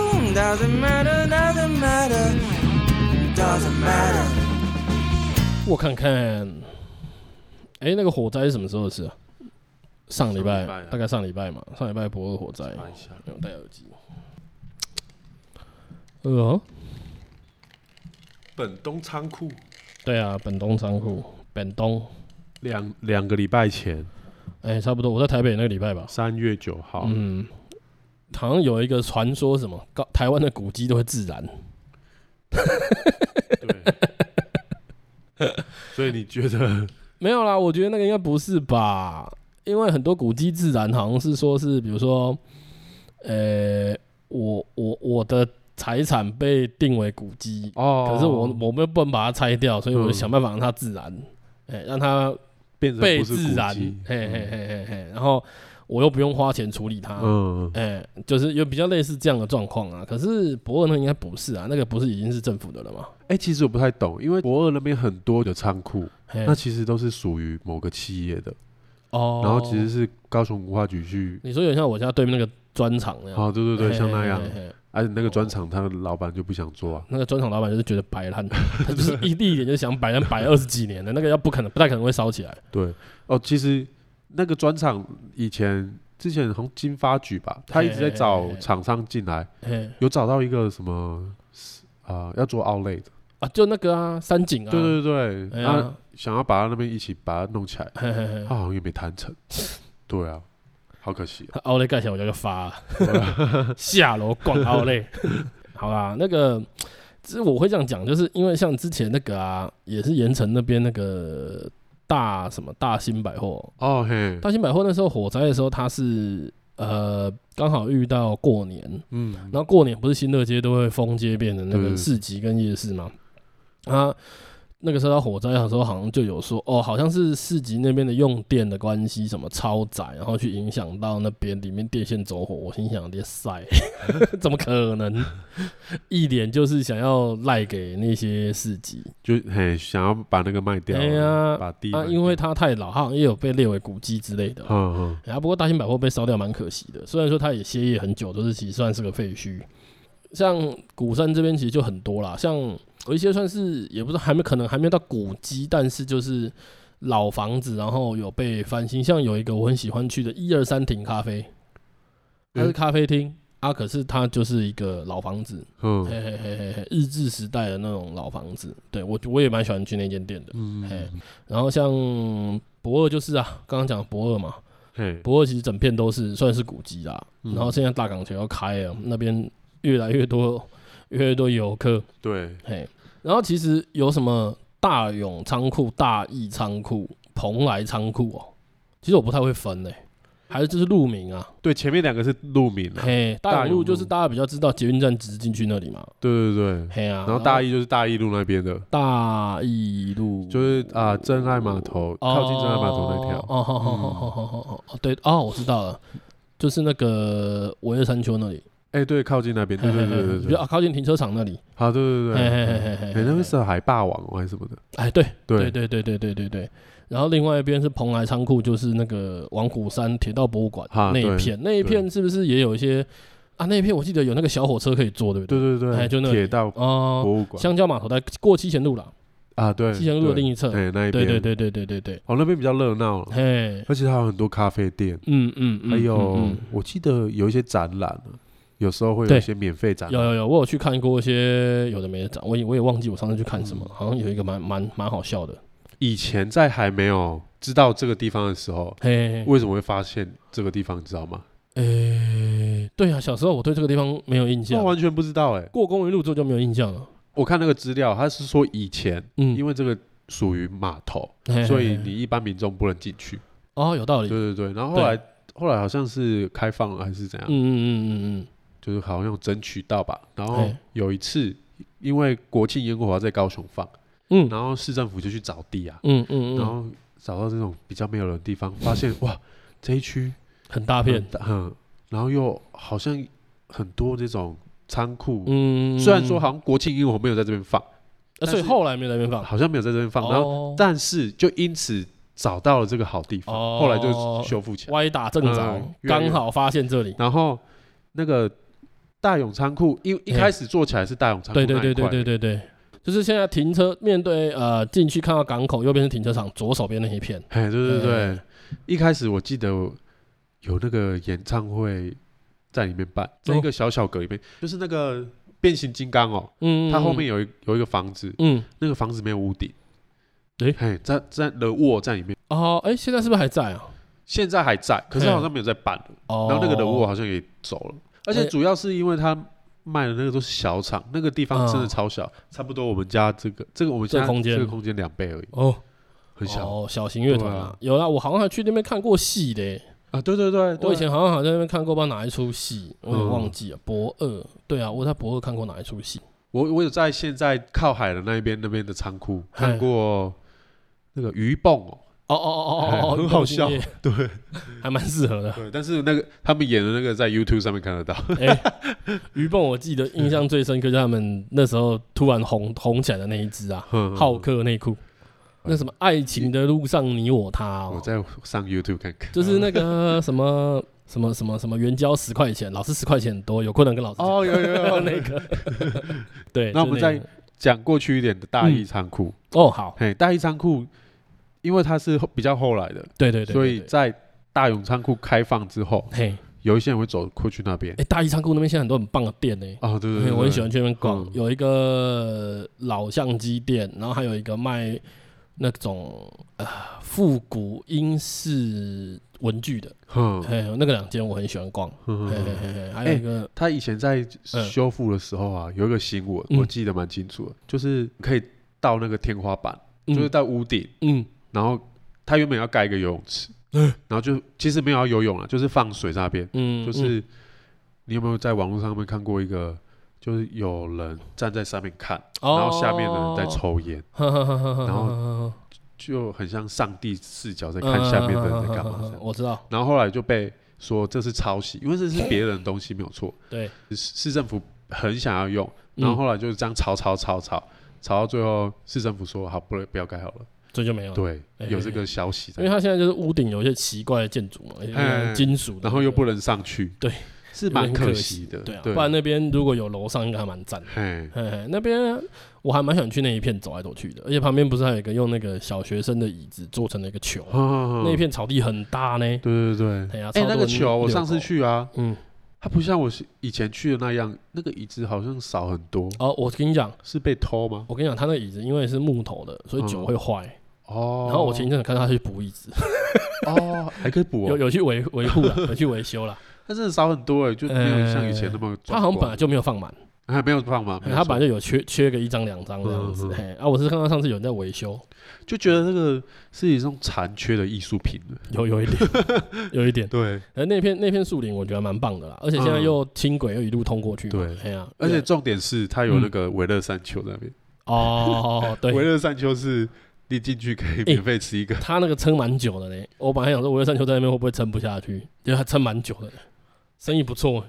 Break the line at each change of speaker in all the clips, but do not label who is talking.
Doesn't matter, doesn't matter, doesn't matter.
我看看，哎、那个火灾是什么时候的事、啊？上礼
上
拜，
礼拜啊
大概上礼拜嘛，上礼拜播的火灾。
查一下，
没有戴耳机。呃，
本东仓库
对啊，本东仓库，本东，
两两个礼拜前，
哎、差不多，我在台北那个礼拜吧。
三月九号，
嗯，好像有一个传说，什么高台湾的古迹都会自燃。
对。所以你觉得
没有啦，我觉得那个应该不是吧，因为很多古迹自燃好像是说是，比如说，呃、我我我的财产被定为古迹，
哦
可是我我们又不能把它拆掉，所以我就
嗯
想办法让它自燃，哎、让它
变成
被
不是古
自燃，
迹
嘿嘿嘿嘿嘿，然后我又不用花钱处理它，
嗯，
哎、就是有比较类似这样的状况啊。可是博尔那应该不是啊，那个不是已经是政府的了吗？
哎、其实我不太懂，因为博二那边很多的仓库，
嘿
那其实都是属于某个企业的，
哦，
然后其实是高雄文化局去，
你说有点像我家对面那个砖厂那样，
哦，对对对，
嘿
像那样
嘿，嘿嘿
而且那个砖厂他的老板就不想做啊，
那个砖厂老板就是觉得摆烂， 他就是一第一点就想摆烂，摆二十几年的那个要不可能，不太可能会烧起来。
对，哦，其实那个砖厂以前之前好像经发局吧，他一直在
嘿嘿
找
嘿
厂商进来，
嘿
有找到一个什么啊、要做 outlet 的，
啊，就那个啊，山景啊，
对对对啊
哎
对，他
呀，哎
想要把他那边一起把它弄起来，
嘿嘿
他
嘿，
好像也没谈成，对啊，好可惜、啊，
他奥莱盖起来我就要发了， 下楼逛奥莱。 好啦，那个，其实我会这样讲，就是因为像之前那个啊，也是盐城那边那个大什么大兴百货，
哦嘿，
大兴百货那时候火灾的时候，它是呃刚好遇到过年，
嗯
然，后过年不是新乐街都会封街变成那
对
个
对
市集跟夜市吗？啊，那个时候它火灾的时候，好像就有说哦，好像是市集那边的用电的关系，什么超载，然后去影响到那边里面电线走火。我心想，别塞， 怎么可能？一脸就是想要赖给那些市集
就嘿想要把那个卖掉，
哎呀
把地卖
啊，
掉，
因为它太老，它好像也有被列为古迹之类的。
嗯嗯，
然啊后、不过大兴百货被烧掉蛮可惜的，虽然说它也歇业很久，就是其实算是个废墟。像鼓山这边其实就很多啦，像有一些算是也不是还没可能还没有到古迹，但是就是老房子，然后有被翻新。像有一个我很喜欢去的一二三亭咖啡，它是
嗯
咖啡厅、啊，可是它就是一个老房子，
嗯
嘿嘿嘿嘿嘿，日治时代的那种老房子。对我我也蛮喜欢去那间店的。嘿
嗯，
然后像博二就是啊，刚刚讲博二嘛，
嘿，
不过其实整片都是算是古迹啦，
嗯
然后现在大港桥要开了，那边越来越多越来越多游客，
对，
嘿，然后其实有什么大勇仓库、大义仓库、蓬莱仓库哦，其实我不太会分嘞、还是就是路名啊，
对，前面两个是路名啊，
嘿，大
大
勇
勇
路
路
就是大家比较知道捷运站直进去那里嘛，
对对对，
嘿啊，
然后大义就是大义路那边的，
大义路
就是啊真爱码头靠近真爱码头那条，
哦，好好好好好好好，哦对哦，我知道了，就是那个维二山丘那里，
哎，对，靠近那边，对对对 对
比
对
较，靠近停车场那里，
好，对对
嘿
对对，
嘿嘿嘿嘿
哎，那边是海霸王哦还是什么的，
哎，对对
对，
对对对对对对。然后另外一边是蓬莱仓库，就是那个王虎山铁道博物馆
哈
那一
对
片，那一片是不是也有一些啊？那一片我记得有那个小火车可以坐，对不对？
对对
哎
对，
就那里
铁道博
哦，
物馆
香蕉码头在过七贤路啦，
啊，对，
七贤路的另
一
一侧，
哎那一
对
边，
对，对对对对对，
哦那边比较热闹，
嘿，
而且它有很多咖啡店，
嗯嗯嗯，
还有
嗯嗯
我记得有一些展览啊，有时候会有
对
一些免费展
嗯有
览，
有有，我有去看过一些有的没的展，我也我也忘记我上次去看什么，好像有一个蛮蛮蛮好笑的，
以前在还没有知道这个地方的时候，
嘿，
为什么会发现这个地方，你知道吗？
诶，对啊，小时候我对这个地方没有印
我
象，
完全不知道哎、
过公园路之后就没有印象了，
我看那个资料，他是说以前
嗯，哎
因为这个属于码头，
嘿
所以
嘿嘿
你一般民众不能进去。
哦，有道理。
对
嗯
对对，然后后来后来好像是开放了还是怎样，
嗯嗯嗯
就是好像有争取到吧。然后
嘿
有一次，因为国庆烟火要在高雄放，
嗯
然后市政府就去找地啊，
嗯嗯嗯，
然后找到这种比较没有人的地方，发现哇这一区
很大片
很，大嗯，然后又好像很多这种仓库，
嗯，
虽然说好像国庆烟火没有在这边放，
呃，所以
但是
后来没来边放，
好像没有在这边放，然后
哦
但是就因此找到了这个好地方，
哦
后来就修复起来。
歪打正着
嗯，越来
刚
越
好发现这里，
然后那个大勇仓库一一
嘿
开始做起来是大勇仓库那
对
一
对
块，
对对对对对，就是现在停车面对呃进去看到港口右边是停车场，左手边那一片，
嘿，对对对，
嗯
一开始我记得有那个演唱会在里面办，
哦
在一个小小阁里面，就是那个变形金刚哦，
嗯，
它后面有一有一个房子，
嗯
那个房子没有屋顶，
诶
嘿，在在的沃在里面，
哦哎、现在是不是还在啊？
现在还在，可是
嘿
好像没有在办了，
哦，哎
然后那个的啊沃好像也走了，而且
诶
主要是因为它。卖的那个都是小厂，那个地方真的
嗯
超小，差不多我们家这个这个我们
这个
家
空间
这个空间两倍而已，
哦
很小、
哦小型乐团
对
啊
啊，
有啦，我好像还去那边看过戏嘞。
啊！对对对，对
我以前好像还在那边看过，不知道哪一出戏，我也
嗯
忘记了。博二，对啊，我在博二看过哪一出戏？
我我有在现在靠海的那一边那边的仓库
嘿
看过那个鱼蹦
哦
哦，
哦哦哦哦，
哎很
运动
好
系
笑
列，
对
还蛮适合的。
对，但是那个他们演的那个在 YouTube 上面看得到，
哎，鱼蹦，我记
嗯
得印象最深刻，就是他们那时候突然红红起来的那一只啊，
嗯
浩克内裤，那什么爱情的路上你我他
哎我
哦，
在嗯上 YouTube 看看，
就是那个什么什么什么什么援交十块钱，老师十块钱很多，有困难跟老师讲
哦有有有
那个， 对，
那我
就
们
那
再
个
讲过去一点的大义仓库，
哦好，
嘿，大义仓库，因为它是后比较后来的，
对对对，对
所以
对
在大勇仓库开放之后，
嘿，
有一些人会走过去那边
哎，大义仓库那边现在很多很棒的店呢。
哦，对
对，
对对，
哎我很喜欢去那边逛
嗯，
有一个老相机店，然后还有一个卖那种呃复古英式文具的，
哼，
嘿，那个两间我很喜欢逛，
哼
嘿
哼
嘿
哼
嘿嘿，还有一个
他以前在
嗯
修复的时候啊，有一个新闻
嗯
我记得蛮清楚的，就是可以到那个天花板，就是
嗯
到屋顶，
嗯
然后他原本要盖一个游泳池，
嗯
然后就其实没有要游泳了，啊就是放水在那边。
嗯，
就是你有没有在网络上面看过一个，就是有人站在上面看，
哦
然后下面的人在，抽烟，
然
然后就很像上帝视角在看下面的人在干嘛这样。
我知道，
然后后来就被说这是抄袭，因为这是别人的东西没有错，
对，
市市政府很想要用。
嗯
然后后来就是这样吵吵吵吵吵到最后，市政府说好，不不要盖好了。
这就没有了，
对，
哎
有这个消息在
因为，它现在就是屋顶有一些奇怪的建筑嘛，一些
哎
金属的，
然后又不能上去，
对，
是
有点
蛮
可
惜的。
对啊，不然那边如果有楼上应该还蛮赞的。
嘿，
嘿嘿，那边我还蛮喜欢去那一片走来走去的，而且旁边不是还有一个用那个小学生的椅子做成的一个球，
那
那一片草地很大呢。
哦对对对，
哎呀，
哎
超，多
那个
人
球我
遛
上次
狗，
去啊，
嗯，
它不像我是以前去的那样，那个椅子好像少很多，
哦，我跟你讲，
是被偷吗？
我跟你讲，他那椅子因为是木头的，所以久
嗯
会坏。
哦，
然后我前一阵子看到他去补椅子，
哦还可以补
有
哦，
有去维维护了， 有去维修了。
它真的少很多哎，就没有像以前那么
他
壮观。
好像本来就没有放满，
还没有放嘛，没有
他本
错
来就有缺缺个一张两张这样子
嗯嗯。
嘿，啊，我是看到上次有人在维修，
就觉得那个是一种残缺的艺术品了。
有有一 点，有一点。
对，
呃，那片那片树林我觉得蛮棒的啦，而且现在
嗯
又轻轨又一路通过去嘛，
对
哎呀，
而且
对
重点是它有那个维乐山丘在那边，
哦，
维
嗯对，哎
乐山丘是你进去可以免费吃一个，
他那个撑蛮久的嘞，我本来想说维乐山丘在那边会不会撑不下去，结果他撑蛮久的嘞，生意不错，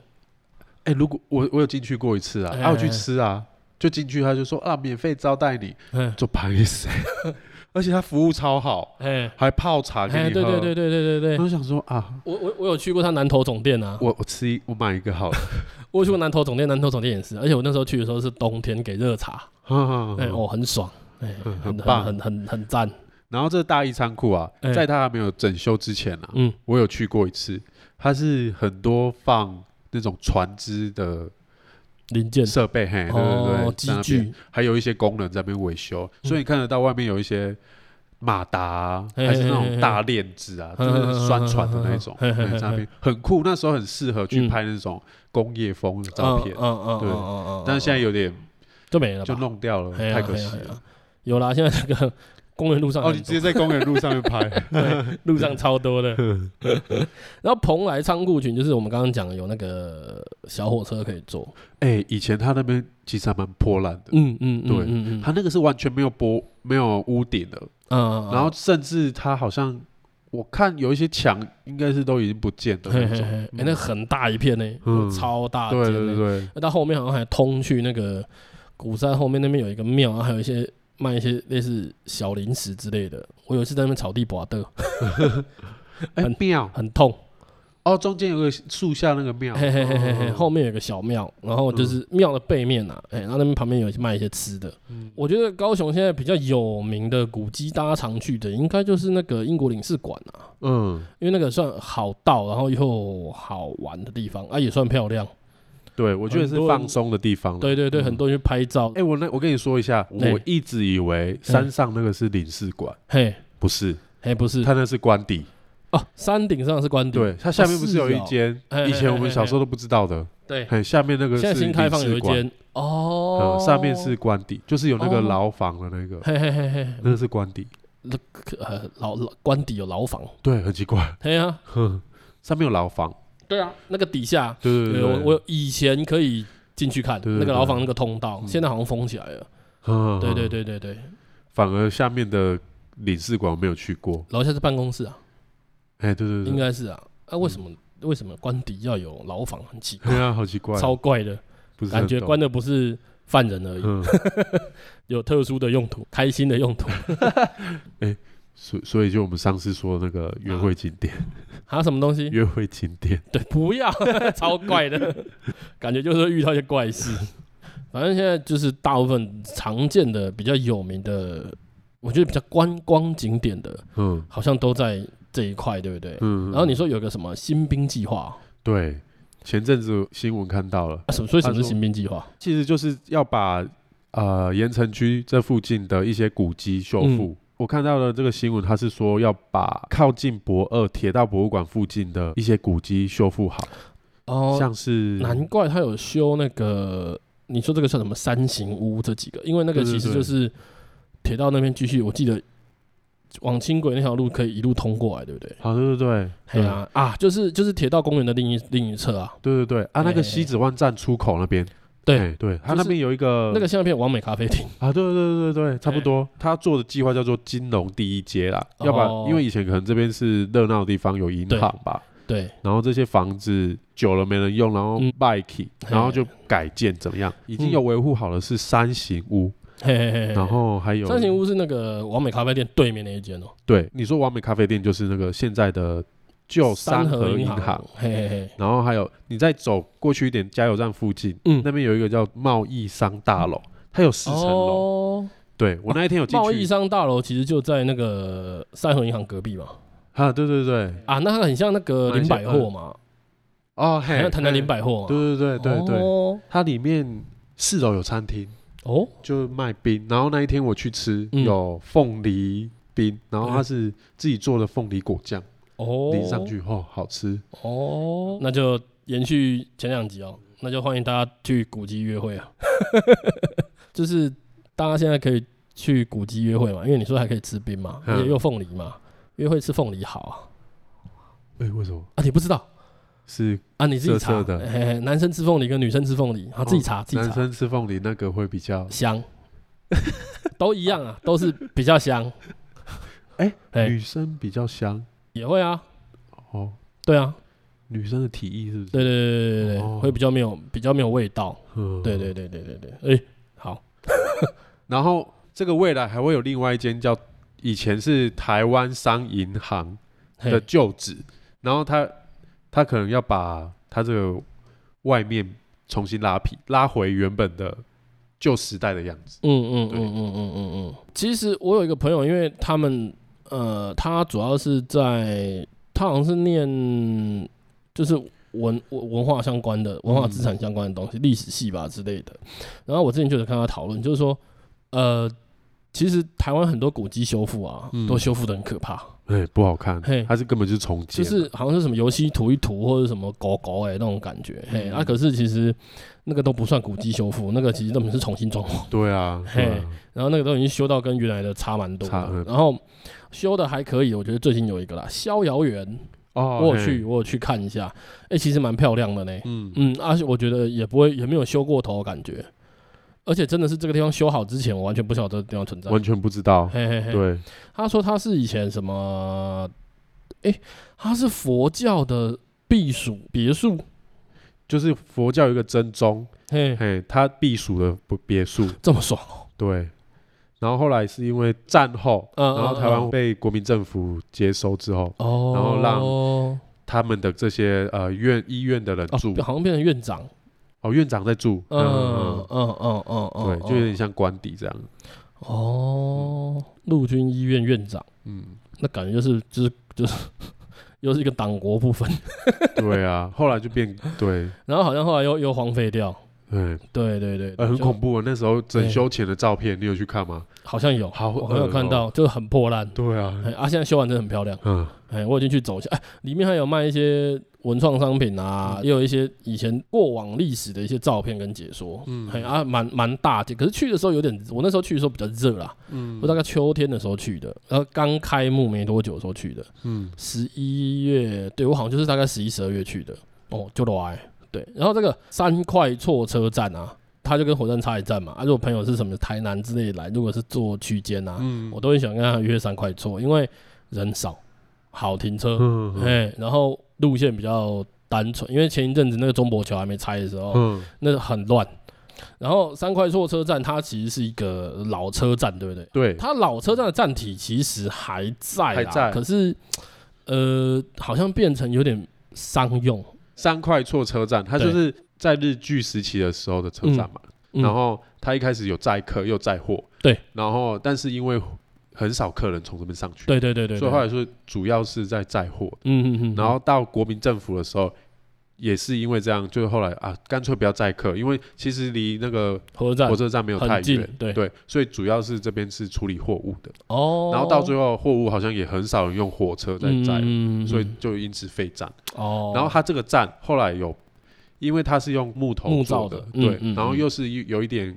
哎，如果我我有进去过一次啊，
哎
啊我去吃啊，就进去他就说啊免费招待你，
嗯，
就不好意 思，而且他服务超好，
哎
还泡茶给
哎，
你
对对
喝，
对对对对
然后
对，
我想说啊，
我我我有去过他南投总店啊，
我我吃一我买一个 好了，
我有去过南投总店，南投总店也是，而且我那时候去的时候是冬天给热茶，哎，
哦
哦，很爽，哎，
很
很
棒
很很很赞，
然后这大义仓库啊，
哎
在它还没有整修之前啊，
嗯，
我有去过一次，它是很多放那种船只的
零件，
设备，嘿，对对
哦
对，，
机
在那边，
具，
还有一些工人在那边维修，所以你看得到外面有一些马达啊，
嘿
还是那
嘿嘿
种
嘿
大链子啊，
嘿
就是很酸船的那种，
嘿
嘿
嘿嘿
在那边很酷。那时候很适合
嗯
去拍那种工业风的照片
嗯，嗯嗯
对
嗯嗯嗯，
但是现在
有
有点
就没了吧，
就弄掉了，
嘿啊
太可惜
嘿啊嘿
了
啊。有啦，现在那个公园路上
哎哦，
很
你直
多
接在公园路上面拍，
路上超多的。然后蓬莱仓库群就是我们刚刚讲的有那个小火车可以坐，
哎，以前他那边其实还蛮破烂的，
嗯嗯嗯
对
嗯嗯
他那个是完全没有玻没有屋顶的，
嗯，
然后甚至他好像我看有一些墙应该是都已经不见的
嘿
那
嘿嘿，
种，
哎
嗯
那很大一片呢，
嗯
超大间
对对
呢，
对
那到后面好像还通去那个古山后面那边有一个庙，然后还有一些。卖一些类似小零食之类的，我有一次在那边草地拔的，
对，哎
很
庙
很痛，
哦，中间有个树下那个庙，
嘿嘿嘿嘿嘿，
哦
后面有个小庙，然后就是庙的背面啊，哎、然后那边旁边有卖一些吃的。
嗯
我觉得高雄现在比较有名的古迹，大家常去的应该就是那个英国领事馆啊，
嗯，
因为那个算好到，然后又好玩的地方啊，也算漂亮。
对，我觉得是
很多人
放松的地方啦。
对对对，
嗯
很多人去拍照。
哎，我那我跟你说一下，
哎
我一直以为山上那个是领事馆，
嘿，
不是，
嘿，不是
它那是官邸。
哦，山顶上是观点。
对，它下面
哦
不是有一间
是哦，
以前我们小时候都不知道的，
对，
很下面那个
现在
是
新开放有一
领事馆，
间哦
嗯，，上面是官邸，就是有那个
哦
牢房的那个，
嘿嘿嘿嘿，
那个是官邸。
呃，老老官邸有牢房，
对，很 奇怪，
嘿啊，
哼，上面有牢房。
对啊，那个底下，
对对
对
对，嗯
我我以前可以进去看
对对
那个
对
牢房那个通道，
嗯
现在好像封起来了。
我
对对，对对对，
嗯反而下面的领事馆我没有去过。
楼下是办公室啊，
哎，对对对，
应该是啊。啊，为什么为什么官邸要有牢房？很奇怪，
对啊，好奇 怪，
超怪的
不是
感
很
觉，
懂
关的不是犯人而已，
嗯，
有特殊的用途， 开心的用途。
所所以就我们上次说的那个约会景
啊
点，
还有什么东西？
约会景点，
对，不要， 超怪的，感觉就是遇到一些怪事。反正现在就是大部分常见的、比较有名的，我觉得比较观光景点的，
嗯
好像都在这一块，对不对？
嗯，
然后你说有个什么新兵计划
对，前阵子新闻看到了，
啊？什么？所以什么是
他说
新兵计划？
其实就是要把呃盐城区这附近的一些古迹修复。
嗯
我看到了这个新闻，他是说要把靠近博二铁道博物馆附近的一些古迹修复好，
哦，
像是
难怪他有修那个，你说这个算什么三形屋这几个？因为那个
对对
其实
对
就是铁道那边继续，我记得往轻轨那条路可以一路通过来，对不对？
好，对对对，
嘿啊啊，就是就是铁道公园的另一另一侧啊，
对对对啊，那
哎
个西子湾站出口那边，
对
哎对，它
就是
那边有一个
那个现在变完美咖啡 厅，
啊，对对对对对，差不多。他做的计划叫做金融第一街啦，要把
哦
因为以前可能这边是热闹的地方，有银行吧，
对，
然后这些房子久了没人用，然后
嗯
卖起，然后就改建怎么样？已经有维护好了是三型屋，
嘿嘿嘿嘿。
然后还有
三形屋是那个完美咖啡店对面那一间哦，
对你说完美咖啡店就是那个现在的旧三
和
和
银
银行。，
嘿嘿嘿，
然后还有，你再走过去一点，加油站附近，
嗯
那边有一个叫贸易商大楼，它有四层楼。
哦
对我那一天有进
贸易
去，
商大楼其实就在那个三和银行隔壁嘛。
啊，对对对，
啊，那它很像那个林百货嘛，
哦，
好
嘿，
像台南林百货嘛。
对对对对对，
哦
它里面四楼有餐厅，
哦，
就卖冰。然后那一天我去吃，
嗯
有凤梨冰，然后它是自己做的凤梨果酱，
哦，
淋上去后好吃。
哦，那就延续前两集哦，那就欢迎大家去古迹约会啊， 就是大家现在可以去古迹约会嘛，因为你说还可以吃冰嘛，
嗯
而且又凤梨嘛，约会吃凤梨好啊，
哎、为什么
啊你不知道
是
啊你自己查
涩涩的哦
嘿嘿男生吃凤梨跟女生吃凤梨，啊自己查自己
男
查，
生吃凤梨那个会比较？
香，都一样啊，都是比较香，
哎
哎
女生比较香
也会啊，
哦，
对啊，
女生的体液是不是？
对对对对对对，
哦
会比较没有比较没有味道，
嗯
对对对对对对，哎、好，
然后这个未来还会有另外一间叫以前是台湾商银行，
嘿
的旧址，然后他他可能要把他这个外面重新拉皮，拉回原本的旧时代的样子。
嗯嗯
对
嗯嗯嗯嗯嗯。其实我有一个朋友，因为他们呃，他主要是在他好像是念就是文文文化相关的文化资产相关的东西，历、史系吧之类的。然后我之前就有跟他讨论，就是说呃，其实台湾很多古迹修复啊，
嗯
都修复的很可怕。
哎，不好看
嘿，
它是根本就是重
就
建，
是好像是什么油漆涂一涂或者什么狗狗哎那种感觉，嘿，啊，可是其实那个都不算古迹修复，那个其实根本是重新装潢。
对啊，
嘿
对啊
然后那个都已经修到跟原来的差蛮多
差
的
嗯，
然后修的还可以，我觉得最近有一个啦，逍遥园，
哦，
我有
嘿
去，，我有去看一下，哎，其实蛮漂亮的呢，
嗯，
嗯，而且我觉得也不会也没有修过头的感觉，而且真的是这个地方修好之前，我完全不晓得这个地方存在。
完全不知道，
嘿嘿嘿，
对，
他说他是以前什么，哎，他是佛教的避暑别墅，
就是佛教有一个真宗，
嘿，
嘿，他避暑的不别墅，
这么爽哦，
对。然后后来是因为战后，
嗯嗯
然后台湾被国民政府接收之后，
哦，
然后让他们的这些呃院医院的人
哦
住，
好像变成院长，
哦，院长在住，嗯
嗯
嗯
嗯嗯嗯
嗯，
嗯，
对，就有点像官邸这样，
哦，陆军医院院长，
嗯，
那感觉就是就是就是 又是一个党国部分，
对啊，后来就变对，
然后好像后来又又荒废掉，
嗯，
对对对，
呃，很
就
恐怖啊，那时候整修前的照片，你有去看吗？
好像有，
好
我没有
恶
看
哦
到，就是很破烂。
对啊，
哎啊，现在修完真的很漂亮。
嗯，
哎，我已经去走一下，哎，里面还有卖一些文创商品
嗯
啊，也有一些以前过往历史的一些照片跟解说。
嗯
哎啊，蛮蛮大件，可是去的时候有点，我那时候去的时候比较热啦，
嗯
我大概秋天的时候去的，然后刚开幕没多久的时候去的，
嗯
十一月，对我好像就是大概十一、十二月去的，哦，就来，对，然后这个三块错车站啊，它就跟火车站差一站嘛，啊，如果朋友是什么台南之类来，如果是坐区间啊，
嗯
我都很喜欢跟他约三块错，因为人少，好停车，
嗯嗯
哎，然后路线比较单纯，因为前一阵子那个中博桥还没拆的时候，
嗯
那很乱。然后三块厝车站，它其实是一个老车站，对不对？
对，
它老车站的站体其实还在啦，
还在
可是呃，好像变成有点商用。
三块错车站，它
对
就是在日据时期的时候的车站
嗯
嘛。然后它一开始有载客又载货，
对。
然后但是因为很少客人从这边上去，，
对对对对，
所以后
对
来是主要是在载货。
嗯嗯嗯，
然后到国民政府的时候，也是因为这样，就是后来啊，干脆不要载客，因为其实离那个
火车
火
站
车站没有
很
太
近
远，
对
所以主要是这边是处理货物的。
哦，
然后到最
后
后货物好像也很少人用火车在载，
嗯
所以就因此废站。
哦，
然后它这个站后来有，因为它是用木头
木
做
造
的
的，嗯
对，
嗯
然后
嗯
又是有有一点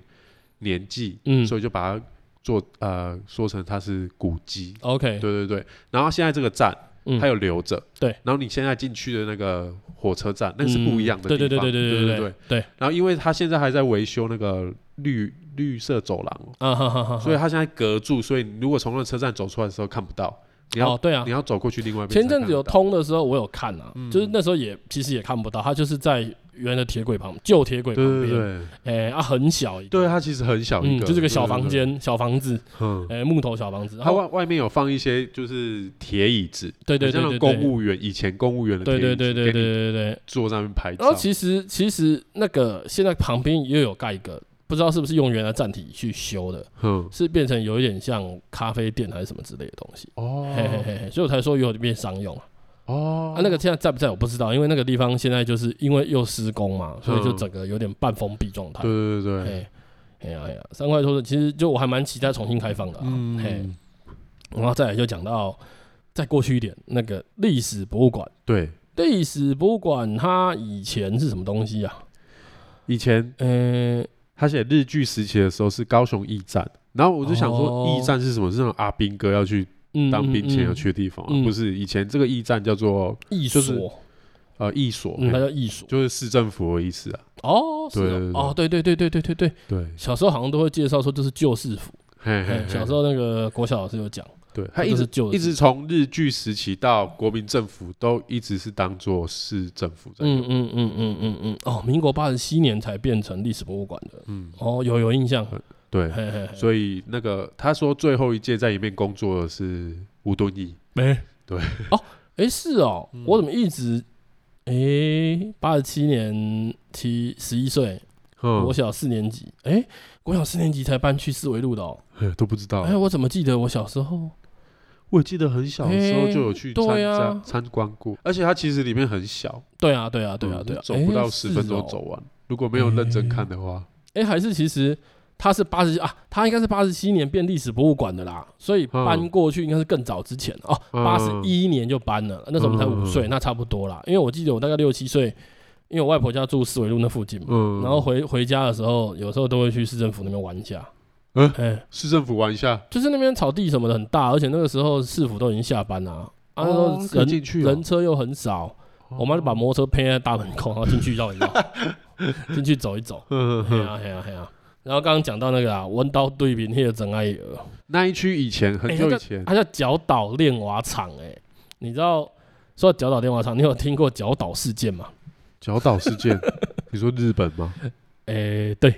年纪，
嗯
所以就把它做呃说成它是古迹，
OK，
对对对。然后现在这个站
嗯
它有留着，
对。
然后你现在进去的那个火车站，那是不一样的地
嗯对对对对
方，对
对
对
对对，
然后因为它现在还在维修那个绿绿色走廊
啊
哦，
哈哈哈，
所以它现在隔住，所以你如果从那个车站走出来的时候看不到，你要
哦对啊
你，要走嗯过去另外一边才
前
看得到。
阵子有通的时候，我有看啊，就是那时候也其实也看不到，它就是在原来的铁轨旁，旧铁轨
对
旁
对
边，
对，
哎，啊很小一个，
对它其实很小一
嗯，
个，
就是个
对
小房。
对对
间、小房子，
嗯，
哎，木头小房子，然
它
后
外外面有放一些就是铁椅子，
对对
很像
对对
那种
对
公务员以前公务员的铁
对
椅
对
子，
对对对
给你
对对对，
坐在那边拍
然后
照。
其实其实那个现在旁边又有盖一个，不知道是不是用原来站体去修的，
嗯，
是变成有一点像咖啡店还是什么之类的东西，嘿嘿
哦
嘿嘿，所以我才说有点变商用。
哦
啊，那个现在在不在我不知道，因为那个地方现在就是因为又施工嘛，所以就整个有点半封闭状态。
对对嗯对对，
哎，哎呀哎呀，三块多的，其实就我还蛮期待重新开放的、啊。嘿，
嗯，
然后再来就讲到再过去一点，那个历史博物馆，
对，
历史博物馆它以前是什么东西啊？
以前
呃，
他写日据时期的时候是高雄驿站，然后我就想说
哦
驿站是什么？是那种阿兵哥要去
嗯，
当兵前要去的地方啊，
嗯
不是？以前这个驿站叫做
艺
就
术，
是呃驿所，
嗯，它
嘿
叫艺术。
就是市政府的意思啊。
哦，是
对对对
哦，哦，对对对对对对对，
对，
小时候好像都会介绍说这是旧市府，
嘿嘿
哎
嘿，
小时候那个国小老师有讲，
对，他
这
一
就
直
是旧
一
市
直从日据时期到国民政府，都一直是当做市政府在
嗯
用。
嗯嗯嗯嗯嗯，哦，民国八十七年才变成历史博物馆的。
嗯，
哦，有有印象，
对。
嘿嘿嘿，
所以那个他说最后一届在里面工作的是吴敦义，
没
对。嗯
哦，哎是哦，我怎么一直，哎，八十七年七十一岁，
嗯
国，小四年级，哎，国小四年级才搬去四维路的哦，
哎都不知道。
哎，我怎么记得我小时候，
我记得很小的时候
嘿
就有去参
哎对
加
啊
参观过，而且它其实里面很小，
对啊对啊对啊对啊，
嗯走不到
诶
十分钟。
是
走
哦
完。如果没有认真看的话，
哎，还是其实。他是八十啊，他应该是八十七年变历史博物馆的啦，所以
嗯
搬过去应该是更早之前哦，八十一年就搬了，那时候我们才五岁，
嗯
那差不多啦。因为我记得我大概六七岁，因为我外婆家住四维路那附近嘛，
嗯，
然后回回家的时候，有时候都会去市政府那边玩一下。
嗯
哎，
市政府玩一下，
就是那边草地什么的很大，而且那个时候市府都已经下班啦、啊，那时
哦可
候人
以进去哦哦
人车又很少，我妈就把摩托车配在大门口，然后进去绕一 绕，进去走一走。
嗯
嘿啊
哼
呀嘿呀嘿呀！然后刚刚讲到那个啊，文刀对面那个真爱鹅，
那一区以前很
欸
久
它
以
叫
前，
它叫角岛炼瓦厂。哎，你知道说到角岛炼瓦厂，你有听过角岛事件吗？
角 嗯
欸
岛事件，你说日本吗？
哎、对，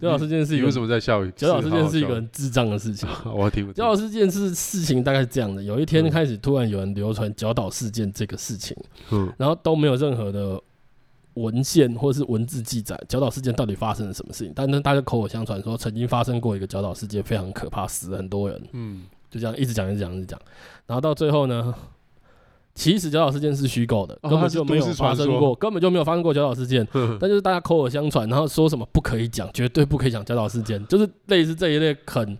脚老师这件事
你
情
为，什么在笑？
脚老师这件事一
一
个很智障的事情。
我要听不懂。
角岛事件是事情大概是这样的：有一天
嗯
开始，突然有人流传角岛事件这个事情，
嗯
然后都没有任何的文献或是文字记载角岛事件到底发生了什么事情。但是大家口口相传说，曾经发生过一个角岛事件，非常可怕，死了很多人，
嗯
就这样一直讲，一直讲，一直讲。然后到最后呢，其实角岛事件是虚构的，
哦
根本就没有
它是都市
发
传说
生过，根本就没有发生过角岛事件。
呵呵
但就是大家口口相传，然后说什么不可以讲，绝对不可以讲教导事件，就是类似这一类很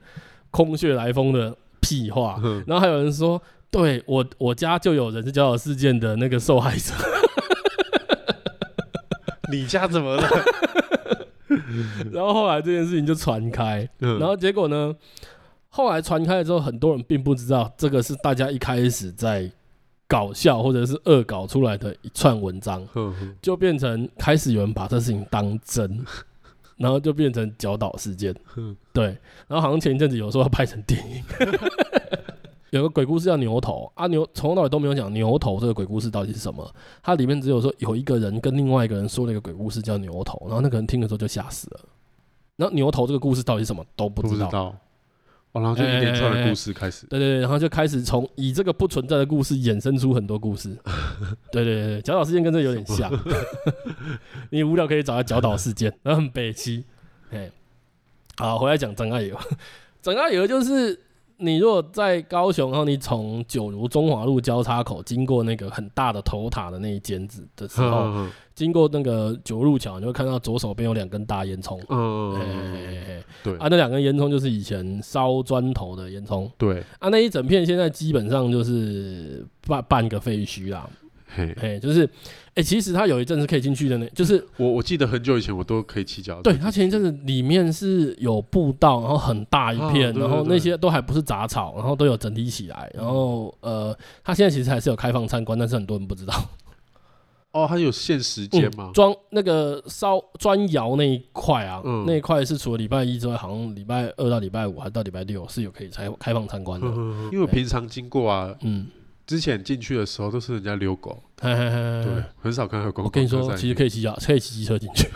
空穴来风的屁话。
嗯
然后还有人说，对我我家就有人是教导事件的那个受害者，
你家怎么了？
然后后来这件事情就传开，
然
然后结果呢，后来传开了之后，很多人并不知道这个是大家一开始在搞笑或者是恶搞出来的一串文章，
嗯
就变成开始有人把这事情当真，然后就变成教导事件。对，然后好像前一阵子有说要拍成电影， 有个鬼故事叫牛头啊牛，从头到尾都没有讲牛头这个鬼故事到底是什么，它里面只有说有一个人跟另外一个人说了一个鬼故事叫牛头，然后那个人听的时候就吓死了。然后牛头这个故事到底是什么都不
不
知
知
道，
道。哦，然后就一
哎
连串的故事开始。
对对对，然后就开始从以这个不存在的故事衍生出很多故 事，对对对对，角岛事件跟这有点像，你无聊可以找他角岛事件，然后很北七，哎，好，回来讲张阿友， 张阿友就是你如果在高雄，然后你从九如中华路交叉口经过那个很大的头塔的那一间子的时
嗯
候，
嗯
经过那个九如路桥，你会看到左手边有两根大烟囱，
嗯
哎
嗯，对
啊，那两根烟囱就是以前烧砖头的烟囱。
对，
啊，那一整片现在基本上就是半半个废墟啦，
嘿，
哎，就是，哎、其实它有一阵是可以进去的呢，就是
我我记得很久以前我都可以骑脚踏车
对，它前一阵子里面是有步道，然后很大一片，
啊对
然后
对对
那些都还不是杂草，然后都有整理起来，然后呃，它现在其实还是有开放参观，但是很多人不知道，
哦，它有限时间吗？
装那个烧砖窑那一块啊，
嗯
那一块是除了礼拜一之外，好像礼拜二到礼拜五还是到礼拜六是有可以开开放参观的
呵，呵呵因为平常经过啊，
嗯，
之前进去的时候都是人家遛狗，
嘿嘿嘿嘿
对，很少看到有公
嗯我
共
跟你
车
说，
在
其
里
实
面
可以骑脚，可以骑机车进去。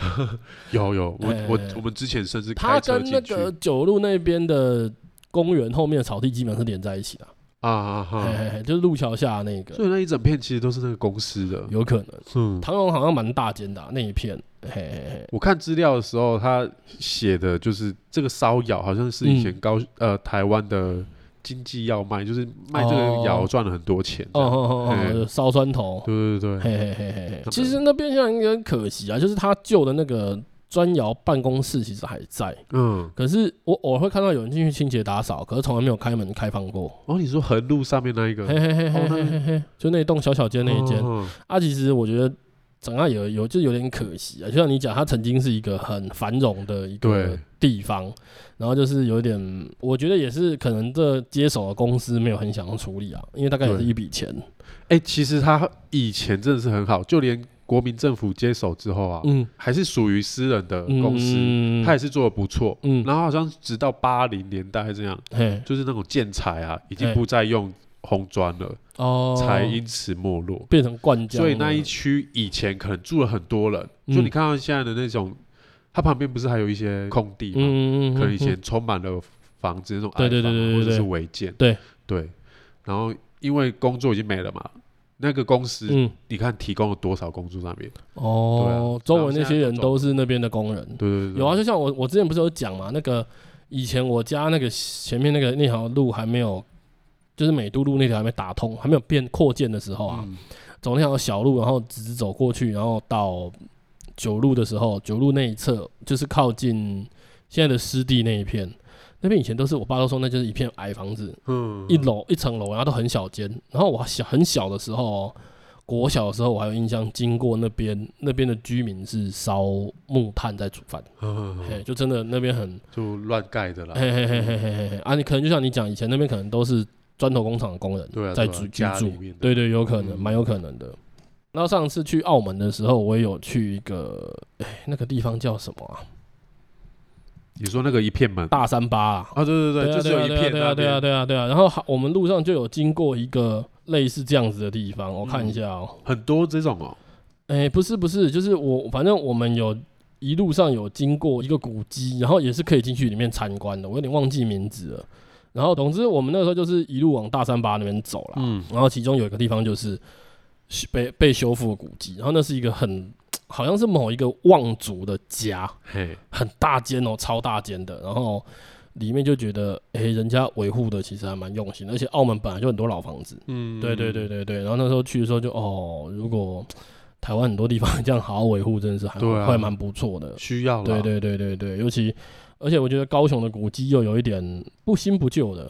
有有，我
哎
我我们之前甚至
它
开车
跟那
进去
个九路那边的公园后面的草地基本上是连在一起的、
啊啊
嘿嘿
哈，
嘿就是路桥下那个，
所以那一整片其实都是那个公司的，
有可能。
嗯。
唐龙好像蛮大间的啊、那一片，嘿嘿嘿，
我看资料的时候，他写的就是这个烧窑，好像是以
嗯
前高、呃台湾的经济要脉，就是卖这个窑
哦
赚了很多钱这
哦
样。
哦哦哦，
嘿
烧砖头，
对对对，
嘿嘿嘿嘿嘿
他。们
其实那边现在有点可惜啊，就是他旧的那个砖窑办公室其实还在，
嗯，
可是我偶尔会看到有人进去清洁打扫，可是从来没有开门开放过。
哦，你说横路上面哦那一个
嘿嘿嘿嘿嘿嘿嘿，就那栋小小间那一间。
哦
啊，其实我觉得长安有有就有点可惜啊，就像你讲，它曾经是一个很繁荣的一个
对
地方，然后就是有点，我觉得也是可能这接手的公司没有很想要处理啊，因为大概也是
对
一笔钱，
哎、其实他以前真的是很好，就连国民政府接手之后啊，
嗯，
还是属于私人的呃公司，
嗯
他也是做的不错。
嗯，
然后好像直到八零年代这样，
嘿，
就是那种建材啊，已经
哎
不再用红砖了，
哦，
才因此没落。
变成灌浆了，
所以那一区以前可能住了很多人，
嗯
就你看到现在的那种，它旁边不是还有一些空地吗？
嗯，嗯嗯嗯，
可能以前充满了房子那种矮
对对
房
对对对
或者
对
是违建，
对
对。然后因为工作已经没了嘛，那个公司、
嗯，嗯
你看提供了多少工作上面？
哦，
对啊
周围那些人都是那边的工人，
对对对，
有啊，就像我我之前不是有讲嘛，那个以前我家那个前面那个那条路还没有，就是美都路那条还没打通，还没有变扩建的时候啊，
嗯
走那条小路，然后直走过去，然后到九路的时候，九路那一侧就是靠近现在的湿地那一片。那边以前都是我爸都说那就是一片矮房子，
嗯
一楼一层楼，然后都很小间。然后我小很小的时候哦、国小的时候我还有印象，经过那边那边的居民是烧木炭在煮饭。
嗯
嘿，就真的那边很，
就乱盖的啦，
嘿嘿嘿嘿嘿嘿嘿啊！你可能就像你讲，以前那边可能都是砖头工厂的工人
对啊，
在
对啊
住居
家
住
里，面的
对对，有可能，
嗯
蛮有可能的。然后上次去澳门的时候，我也有去一个，哎，那个地方叫什么啊？
你说那个一片门
大三巴啊。
啊，对对
对啊
就是
对
有
啊
一
对啊
片
对啊
那
对啊
边
对啊对啊。然后我们路上就有经过一个类似这样子的地方，我看一
嗯
下哦。
很多这种哦，
哎，不是不是，就是我反正我们有一路上有经过一个古迹，然后也是可以进去里面参观的，我有点忘记名字了。然后总之我们那时候就是一路往大三巴那边走啦，
嗯，
然后其中有一个地方就是修被被修复的古迹，然后那是一个很好像是某一个望族的家，
嘿，
很大间哦，超大间的，然后里面就觉得，诶、人家维护的其实还蛮用心的，而且澳门本来就很多老房子，
嗯，
对对对，对对，然后那时候去的时候就哦，如果台湾很多地方这样好好维护，真的是还
对啊
还蛮不错的，
需要啦
对，对对对对，尤其而且我觉得高雄的古迹又有一点不新不旧的，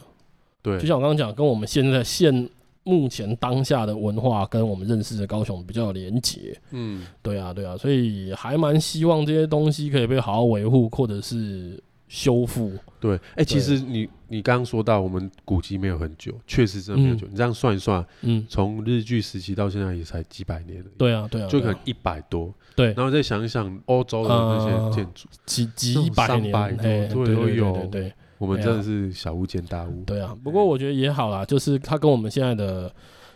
对，
就像我刚刚讲，跟我们现在现目前当下的文化跟我们认识的高雄比较有连结。
嗯，
对啊，对啊，所以还蛮希望这些东西可以被好好维护或者是修复。
对，哎、其实你你刚刚说到我们古籍没有很久，确实真的没有久。你这样算一算，
嗯，
从日据时期到现在也才几百年了，、
对啊，对啊，
就
对
可
啊
能一百多。
对
然后再想一想欧洲的那
呃
些建筑，
几
这
几
种
百
上
年，
百多
哎
对
对对
都
对
有
对对
我们
对啊
真的是小巫见大巫。
对啊。不过我觉得也好啦，就是它跟我们现在的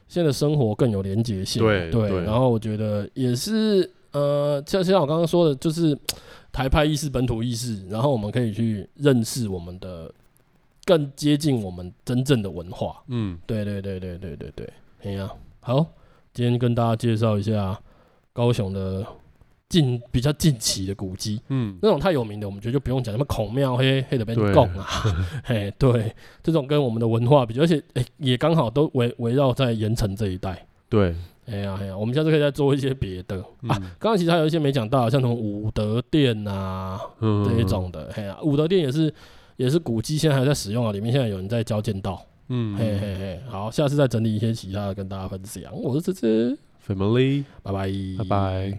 现在的生活更有连结性。
对对
然后我觉得也是呃，就像我刚刚说的，就是台派意识、本土意识，然后我们可以去认识我们的，更接近我们真正的文化。
嗯，
对对对对对对对，哎呀、好，今天跟大家介绍一下高雄的近比较近期的古迹，
嗯，
那种太有名的，我们觉得就不用讲，什么孔庙、黑黑的边
对
贡啊， 嘿，对，这种跟我们的文化比较，而且、哎也刚好都围围绕在盐城这一带。
对，
哎呀哎呀，我们下次可以再做一些别的。
嗯、
啊刚刚其实还有一些没讲到，像什么武德殿啊
嗯
这一，种的，嘿呀，武德殿也是也是古迹，现在还在使用啊，里面现在有人在教剑道。
嗯
嘿嘿嘿，好，下次再整理一些其他的跟大家分享。我是芝芝，
，family，
拜拜，
拜拜。